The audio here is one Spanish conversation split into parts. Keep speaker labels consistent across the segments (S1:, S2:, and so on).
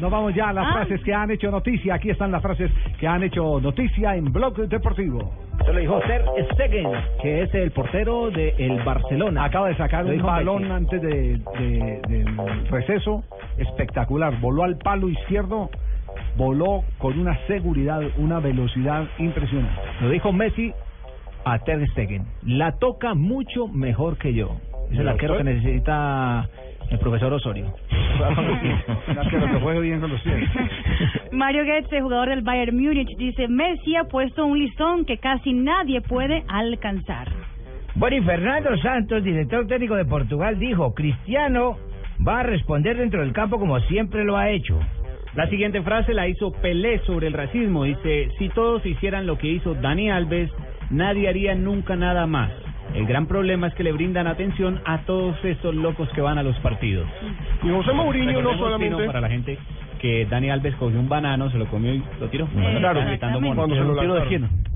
S1: nos vamos ya a las
S2: Ah.
S1: frases que han hecho noticia. Aquí están las frases que han hecho noticia en Blog Deportivo.
S3: Se lo dijo Ter Stegen, que es el portero del Barcelona.
S1: Acaba de sacar
S3: Lo
S1: un
S3: dijo
S1: balón
S3: Messi.
S1: antes de, de- del receso espectacular. Voló al palo izquierdo, voló con una seguridad, una velocidad impresionante.
S3: Lo dijo Messi a Ter Stegen. La toca mucho mejor que yo. Es el arquero que necesita el profesor Osorio.
S1: Gracias, lo juego bien con los pies.
S2: Mario Goetze, jugador del Bayern Múnich, dice, Messi ha puesto un listón que casi nadie puede alcanzar.
S4: Bueno, y Fernando Santos, director técnico de Portugal, dijo, Cristiano va a responder dentro del campo como siempre lo ha hecho.
S5: La siguiente frase la hizo Pelé sobre el racismo. Dice, si todos hicieran lo que hizo Dani Alves, nadie haría nunca nada más. El gran problema es que le brindan atención a todos estos locos que van a los partidos.
S6: Y José Mourinho no
S5: Recordemos, Tino,
S6: solamente...
S5: Para la gente que Dani Alves cogió un banano, se lo comió y lo tiró.
S2: claro.
S5: Gritando mono.
S6: Cuando se lo
S5: Un tiro de
S6: lanzaron.
S5: esquina.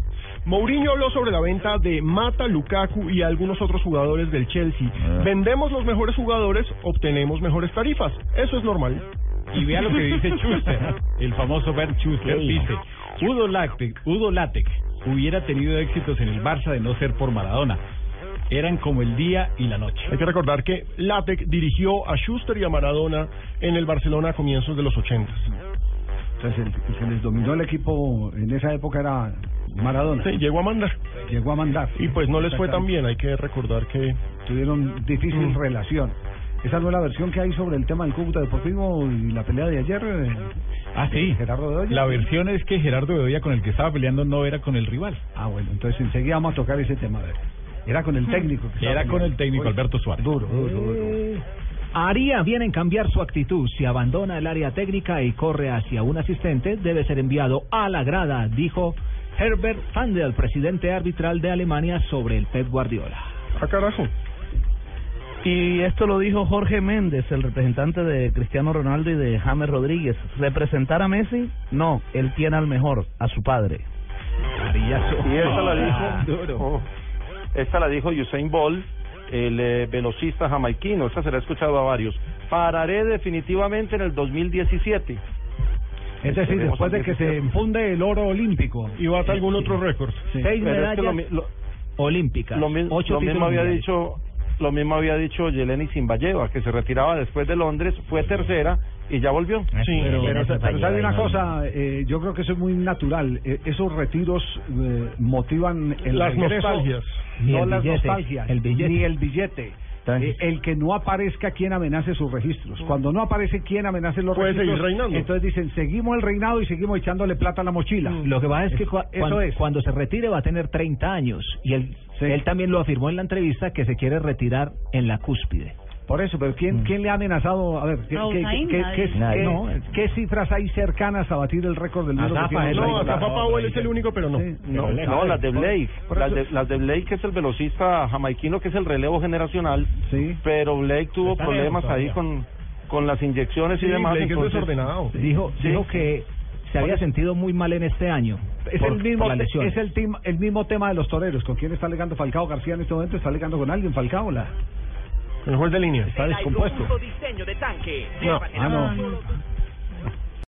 S6: Mourinho habló sobre la venta de Mata, Lukaku y algunos otros jugadores del Chelsea.
S7: Ah.
S6: Vendemos los mejores jugadores, obtenemos mejores tarifas. Eso es normal.
S5: Y vea lo que dice Schuster, el famoso Bert Schuster, dice, Udo Latec, Udo Latec hubiera tenido éxitos en el Barça de no ser por Maradona. Eran como el día y la noche.
S6: Hay que recordar que Latec dirigió a Schuster y a Maradona en el Barcelona a comienzos de los 80.
S1: Entonces, el, el que les dominó el equipo en esa época era Maradona.
S6: Sí, llegó a mandar.
S1: Llegó a mandar.
S6: Y pues no les fue tan bien, hay que recordar que...
S1: Tuvieron difícil
S5: Mm.
S1: relación. Esa no es la versión que hay sobre el tema del Cúcuta Deportivo y la pelea de ayer. eh,
S5: Ah, sí.
S1: Gerardo Bedoya.
S5: La versión es que Gerardo Bedoya con el que estaba peleando no era con el rival,
S1: Ah, bueno, entonces enseguida vamos a tocar ese tema. a ver. Era con el técnico. que
S5: Mm. era
S1: estaba
S5: con el
S1: peleando.
S5: técnico
S1: Uy,
S5: Alberto Suárez.
S1: Duro, duro, duro.
S3: Haría bien en cambiar su actitud. Si abandona el área técnica y corre hacia un asistente, debe ser enviado a la grada, dijo Herbert Fandel, presidente arbitral de Alemania, sobre el Pep Guardiola.
S6: ¡Ah, carajo!
S8: Y esto lo dijo Jorge Méndez, el representante de Cristiano Ronaldo y de James Rodríguez. ¿Representar a Messi? No, él tiene al mejor, a su padre.
S7: Y esa la
S3: Ah,
S7: dijo, oh, esta la dijo Usain Bolt, el eh, velocista jamaiquino. Esta se la he escuchado a varios. Pararé definitivamente en el 2017.
S1: Es decir, Este después de que se enfunde el oro olímpico.
S6: Y bata algún otro récord.
S1: Sí.
S3: Seis
S7: Pero es que lo,
S3: medallas
S7: mi- lo-
S3: olímpicas,
S7: lo mi-
S3: ocho
S7: lo
S3: títulos
S7: mismo había
S3: mundiales.
S7: dicho, lo mismo había dicho Yeleni Zimbayeva, que se retiraba después de Londres, fue tercera y ya volvió.
S3: Eh,
S1: Sí, pero,
S4: Elena
S1: pero,
S4: se
S1: pero
S4: falló
S1: sabe
S4: ahí,
S1: una
S4: ¿no?
S1: cosa, eh, yo creo que eso es muy natural. Eh, esos retiros eh, motivan el
S6: Las
S1: regreso,
S6: nostalgias.
S3: Y
S1: no
S3: el
S1: las
S3: billete,
S1: nostalgias,
S3: el billete.
S1: ni el billete.
S4: Entonces-
S1: Eh, el que no aparezca quien amenace sus registros. Cuando no aparece quien amenace los
S6: Puede
S1: registros,
S6: seguir reinando.
S1: entonces dicen, seguimos el reinado y seguimos echándole plata a la mochila.
S3: Lo que pasa es que
S1: Eso-
S3: cua-
S1: eso
S3: cuando,
S1: es.
S3: cuando se retire va a tener 30 años y él,
S1: Sí.
S3: él también lo afirmó en la entrevista que se quiere retirar en la cúspide.
S1: Por eso, pero
S3: Mm.
S1: ¿quién, ¿quién le ha amenazado? A ver, ¿qué,
S2: A
S1: qué-
S2: Usain,
S1: qué-
S2: nadie.
S1: qué-
S4: Nadie.
S1: qué-
S4: No,
S1: qué cifras hay cercanas a batir el récord del mundo?
S3: Rafa,
S1: que tiene
S3: el
S6: No,
S1: Usain?
S6: acá Powell es el único, pero no.
S1: Sí.
S7: No,
S1: Pero
S7: no,
S1: lejos.
S7: las de Blake,
S1: Por
S7: las
S1: eso-
S7: de, las de Blake que es el velocista jamaiquino que es el relevo generacional,
S1: Sí.
S7: pero Blake tuvo
S5: Está
S7: problemas
S5: lejos
S7: ahí con, con las inyecciones
S6: Sí,
S7: y demás.
S6: Blake es
S7: entonces-
S6: desordenado.
S3: Dijo,
S7: Sí.
S3: dijo que se había sentido muy mal en este año.
S1: Es,
S3: por-
S1: el mismo,
S3: por las lesiones.
S1: es el, tim- el mismo tema de los toreros. ¿Con quién está alegando Falcao García en este momento? ¿Está alegando con alguien Falcao? La...
S6: El juez de línea.
S1: Está descompuesto.
S9: diseño de tanque.
S6: No,
S2: Um,
S1: Ah, no.